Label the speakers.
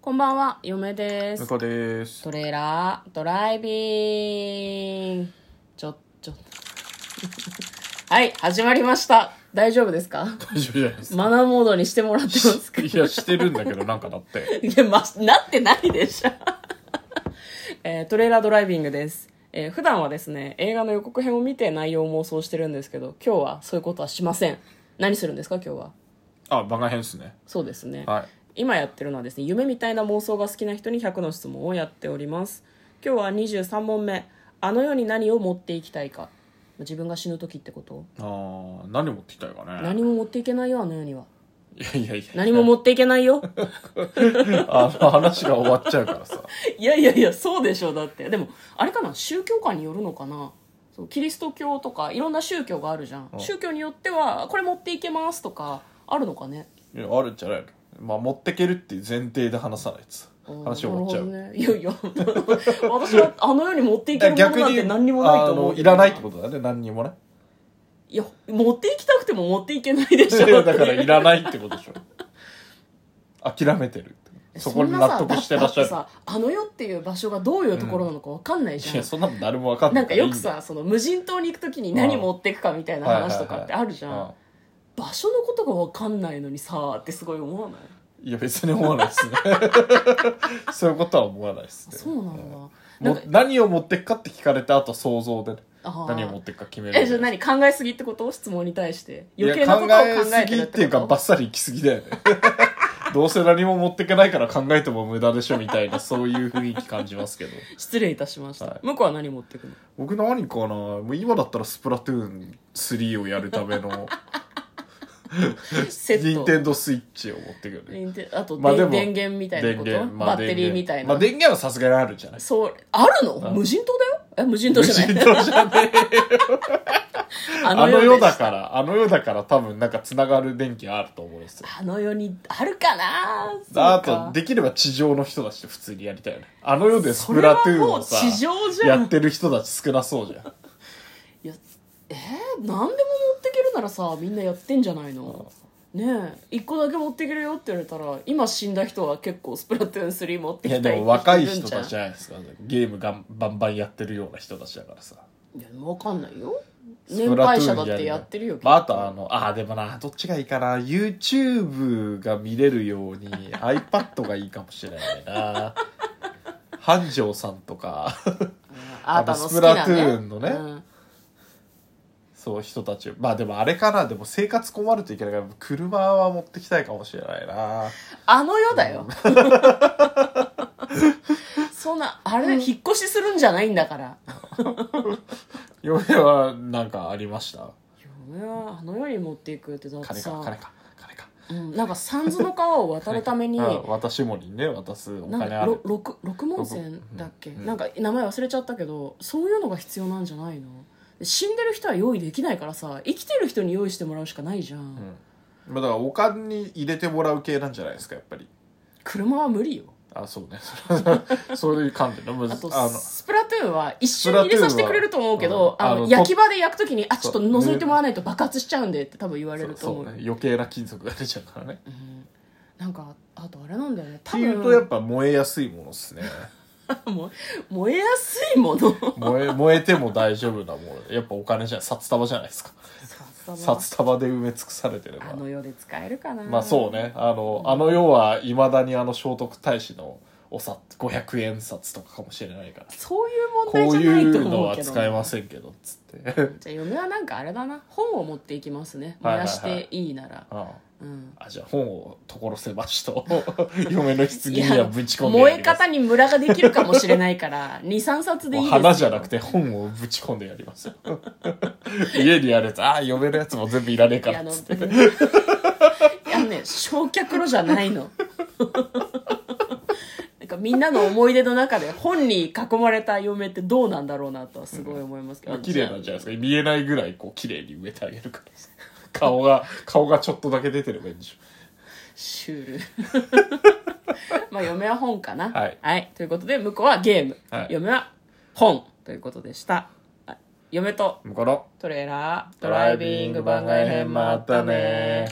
Speaker 1: こんばんは、嫁で
Speaker 2: 向
Speaker 1: す。
Speaker 2: こうです
Speaker 1: トレーラードライビング。ちょ、ちょ。 はい、始まりました。大丈夫ですか
Speaker 2: 大丈夫じゃないですか
Speaker 1: マナーモードにしてもらってますかい
Speaker 2: いやしてるんだけどなんかだって
Speaker 1: や、ま、なってないでしょ。 えートレーラードライビングです。えー普段はですね、映画の予告編を見て内容を妄想してるんですけど、今日はそういうことはしません。何するんですか今日は。
Speaker 2: あ番外編ですね
Speaker 1: そうですね。
Speaker 2: は
Speaker 1: 今やってるのはですね夢みたいな妄想が好きな人に100の質問をやっております今日は23問目あの世に何を持っていきたいか自分が死ぬ時ってこと
Speaker 2: いあー何持ってきたいかね
Speaker 1: 何も持っていけないよあの世にはい
Speaker 2: やいやいや
Speaker 1: 何も持っていけない よ
Speaker 2: あの話が終わっちゃうからさ
Speaker 1: いやいやいやそうでしょだってでもあれかな宗教観によるのかなそうキリスト教とかいろんな宗教があるじゃん
Speaker 2: うん
Speaker 1: 宗教によってはこれ持っていけますとかあるのかね
Speaker 2: いやあるんじゃないのまあ持ってけるっていう前提で話さないつ話終わっちゃう、
Speaker 1: なるほどね、いやい や私はあの世に持っていけるものなんて何にもない
Speaker 2: あ
Speaker 1: と思う
Speaker 2: の
Speaker 1: け
Speaker 2: い
Speaker 1: ど
Speaker 2: らないってことだね何にもね
Speaker 1: いや、持っていきたくても持っていけないでし
Speaker 2: いや
Speaker 1: ょ。
Speaker 2: だからいらないってことでしょ諦めてるってそこに納得してらっしゃる
Speaker 1: そんなさだってさあの世っていう場所がどういうところなのかわかんないじゃ
Speaker 2: い
Speaker 1: ん。
Speaker 2: やそんなの誰も分かん
Speaker 1: な
Speaker 2: な
Speaker 1: いんからよくさ、その無人島に行くときに何持ってくかみたいな話とかってあるじゃ
Speaker 2: はいはい
Speaker 1: ん
Speaker 2: は。
Speaker 1: 場所のことがわかんないのにさ、ってすごい思わない
Speaker 2: いいや別に思わないですね そういうことは思わないです
Speaker 1: あ
Speaker 2: ね
Speaker 1: そうなんだ。なんか、
Speaker 2: も何を持ってくかって聞かれた後想像でね
Speaker 1: あー
Speaker 2: 何を持ってくか決める
Speaker 1: え、じゃあ何考えすぎってこと質問に対して。
Speaker 2: いや
Speaker 1: 余計なことを考え
Speaker 2: 考
Speaker 1: て
Speaker 2: すぎ
Speaker 1: る
Speaker 2: っ
Speaker 1: って
Speaker 2: い
Speaker 1: て
Speaker 2: うか
Speaker 1: こ
Speaker 2: バ
Speaker 1: と
Speaker 2: ッサリ行き過ぎだよね どうせ何も持ってけないから考えても無駄でしょみた いなそういう雰囲気感じますけど
Speaker 1: 失礼いたしまし
Speaker 2: は
Speaker 1: た
Speaker 2: い。
Speaker 1: 向こうは何持ってくの
Speaker 2: 僕何かなもう今だったらスプラトゥーン3をやるための
Speaker 1: セッ
Speaker 2: 任
Speaker 1: ト。
Speaker 2: 天堂スイッチを持ってくる、ね、
Speaker 1: 任天あと、
Speaker 2: まあでも
Speaker 1: 電源みたいなこと、
Speaker 2: まあ
Speaker 1: バッテリーみたいな。
Speaker 2: まあ電源はさすがにあるんじゃない
Speaker 1: そう、あるの無人島だよえ、無人島じゃない
Speaker 2: 無人島じゃねえ
Speaker 1: あ
Speaker 2: あの世だ
Speaker 1: ら。
Speaker 2: からあの世だから多分なんかつながる電気あると思うんですよ
Speaker 1: あの世にあるかなそうか
Speaker 2: あとできれば地上の人たちと普通にやりたいよねあの世でスプラトゥーンを
Speaker 1: そ
Speaker 2: さ
Speaker 1: れはもう地上じゃん
Speaker 2: やってる人たち少なそうじ ゃん
Speaker 1: いや、えー、何でも持ってけるならさ、みんなやってんじゃないのねえ、一個だけ持ってけるよって言われたら、今死んだ人は結構スプラトゥーン3持って
Speaker 2: い
Speaker 1: きた
Speaker 2: や
Speaker 1: い
Speaker 2: でも若い人
Speaker 1: って
Speaker 2: た
Speaker 1: るん
Speaker 2: ちじ
Speaker 1: じゃ
Speaker 2: ゃないですかゲームがんバンバンやってるような人たちだからさ
Speaker 1: んいや、でもわかんないよ。
Speaker 2: ス
Speaker 1: 年
Speaker 2: プラ
Speaker 1: 配
Speaker 2: トゥー
Speaker 1: 者
Speaker 2: ン
Speaker 1: だっ
Speaker 2: り
Speaker 1: て
Speaker 2: な
Speaker 1: やってるよ。
Speaker 2: まあ、あとあのあーでもなどっちがいいかな YouTube が見れるように iPad がいいかもしれな いな繁盛さんとか
Speaker 1: あなたの好きな、ね、
Speaker 2: あのスプラトゥーンのね
Speaker 1: うん
Speaker 2: そう人たちまあでもあれかなでも生活困るといけないから車は持ってきたいかもしれないな
Speaker 1: あの世だよ。 そんな、あれ、引っ越しするんじゃないんだから。
Speaker 2: 嫁はなんかありました
Speaker 1: 嫁はあの世に持っていくってだって
Speaker 2: 金か金
Speaker 1: さ、
Speaker 2: か金か
Speaker 1: うん、なんか三途の川を渡るために、
Speaker 2: うん私もにね渡すお
Speaker 1: なん
Speaker 2: 金
Speaker 1: か
Speaker 2: あ
Speaker 1: ろ
Speaker 2: る
Speaker 1: 六六門線だっけ、
Speaker 2: うん
Speaker 1: なんか名前忘れちゃったけどそういうのが必要なんじゃないので死んでる人は用意できないからさ生きてる人に用意してもらうしかないじゃん、
Speaker 2: うんまあだからお金に入れてもらう系なんじゃないですかやっぱり
Speaker 1: 車は無理よ
Speaker 2: あそうね それはそういう観点ねむず
Speaker 1: あと
Speaker 2: あの
Speaker 1: スプラトゥーンは一瞬入れさせてくれると思うけど
Speaker 2: スプラ
Speaker 1: あ
Speaker 2: トゥーンはう
Speaker 1: の
Speaker 2: んあの
Speaker 1: 焼き場で焼くときにあちょっと
Speaker 2: そう
Speaker 1: 覗いてもらわないと爆発しちゃうんでって多分言われると
Speaker 2: そ
Speaker 1: 思
Speaker 2: う
Speaker 1: う
Speaker 2: ね余計な金属が出ちゃうからねっ
Speaker 1: なんかあとあれなんだよね多
Speaker 2: ていうとやっ
Speaker 1: 分
Speaker 2: ぱ燃えやすいものですね
Speaker 1: も燃えやすいもの
Speaker 2: 燃え燃えても大丈夫なものやっぱお金じゃない札束じゃないですか札束で埋め尽くされてれば
Speaker 1: あの世で使えるかな
Speaker 2: まあそうねあのあの世はいまだにあの聖徳太子のお札500円札とかかもしれないから
Speaker 1: そういう問
Speaker 2: こ
Speaker 1: 題
Speaker 2: う
Speaker 1: じ
Speaker 2: い
Speaker 1: ゃないうと
Speaker 2: の
Speaker 1: 思う
Speaker 2: は
Speaker 1: けど
Speaker 2: 使えませんけどっつって
Speaker 1: じゃあ嫁はなんかあれだな本を持っていきますね燃
Speaker 2: はいはいは
Speaker 1: や
Speaker 2: い
Speaker 1: していいなら、
Speaker 2: あ
Speaker 1: うん
Speaker 2: ああじゃあ本を所狭しと 嫁の棺に
Speaker 1: いや
Speaker 2: はぶち込んで
Speaker 1: 燃
Speaker 2: や
Speaker 1: え
Speaker 2: ります
Speaker 1: 方にムラができるかもしれないから23冊でいいですよ
Speaker 2: 花じゃなくて本をぶち込んでやりますよ 家にあるやつああ嫁のやつも全部いらねえか
Speaker 1: いや
Speaker 2: ら
Speaker 1: あ
Speaker 2: っ
Speaker 1: の
Speaker 2: つって
Speaker 1: いやね焼却炉じゃないの なんかみんなの思い出の中で本に囲まれた嫁ってどうなんだろうなとはすごい思いますけど、
Speaker 2: まあ綺麗なんじゃないですか見えないぐらいこう綺麗に埋めてあげ るからさ顔が顔がちょっとだけ出てればいいんでしょ
Speaker 1: シュール まあ嫁は本かな
Speaker 2: はい
Speaker 1: ということで向こうはゲーム、
Speaker 2: はい
Speaker 1: 嫁は本ということでしたあ嫁と
Speaker 2: 向こうの
Speaker 1: トレーラードライビング番外編もあったね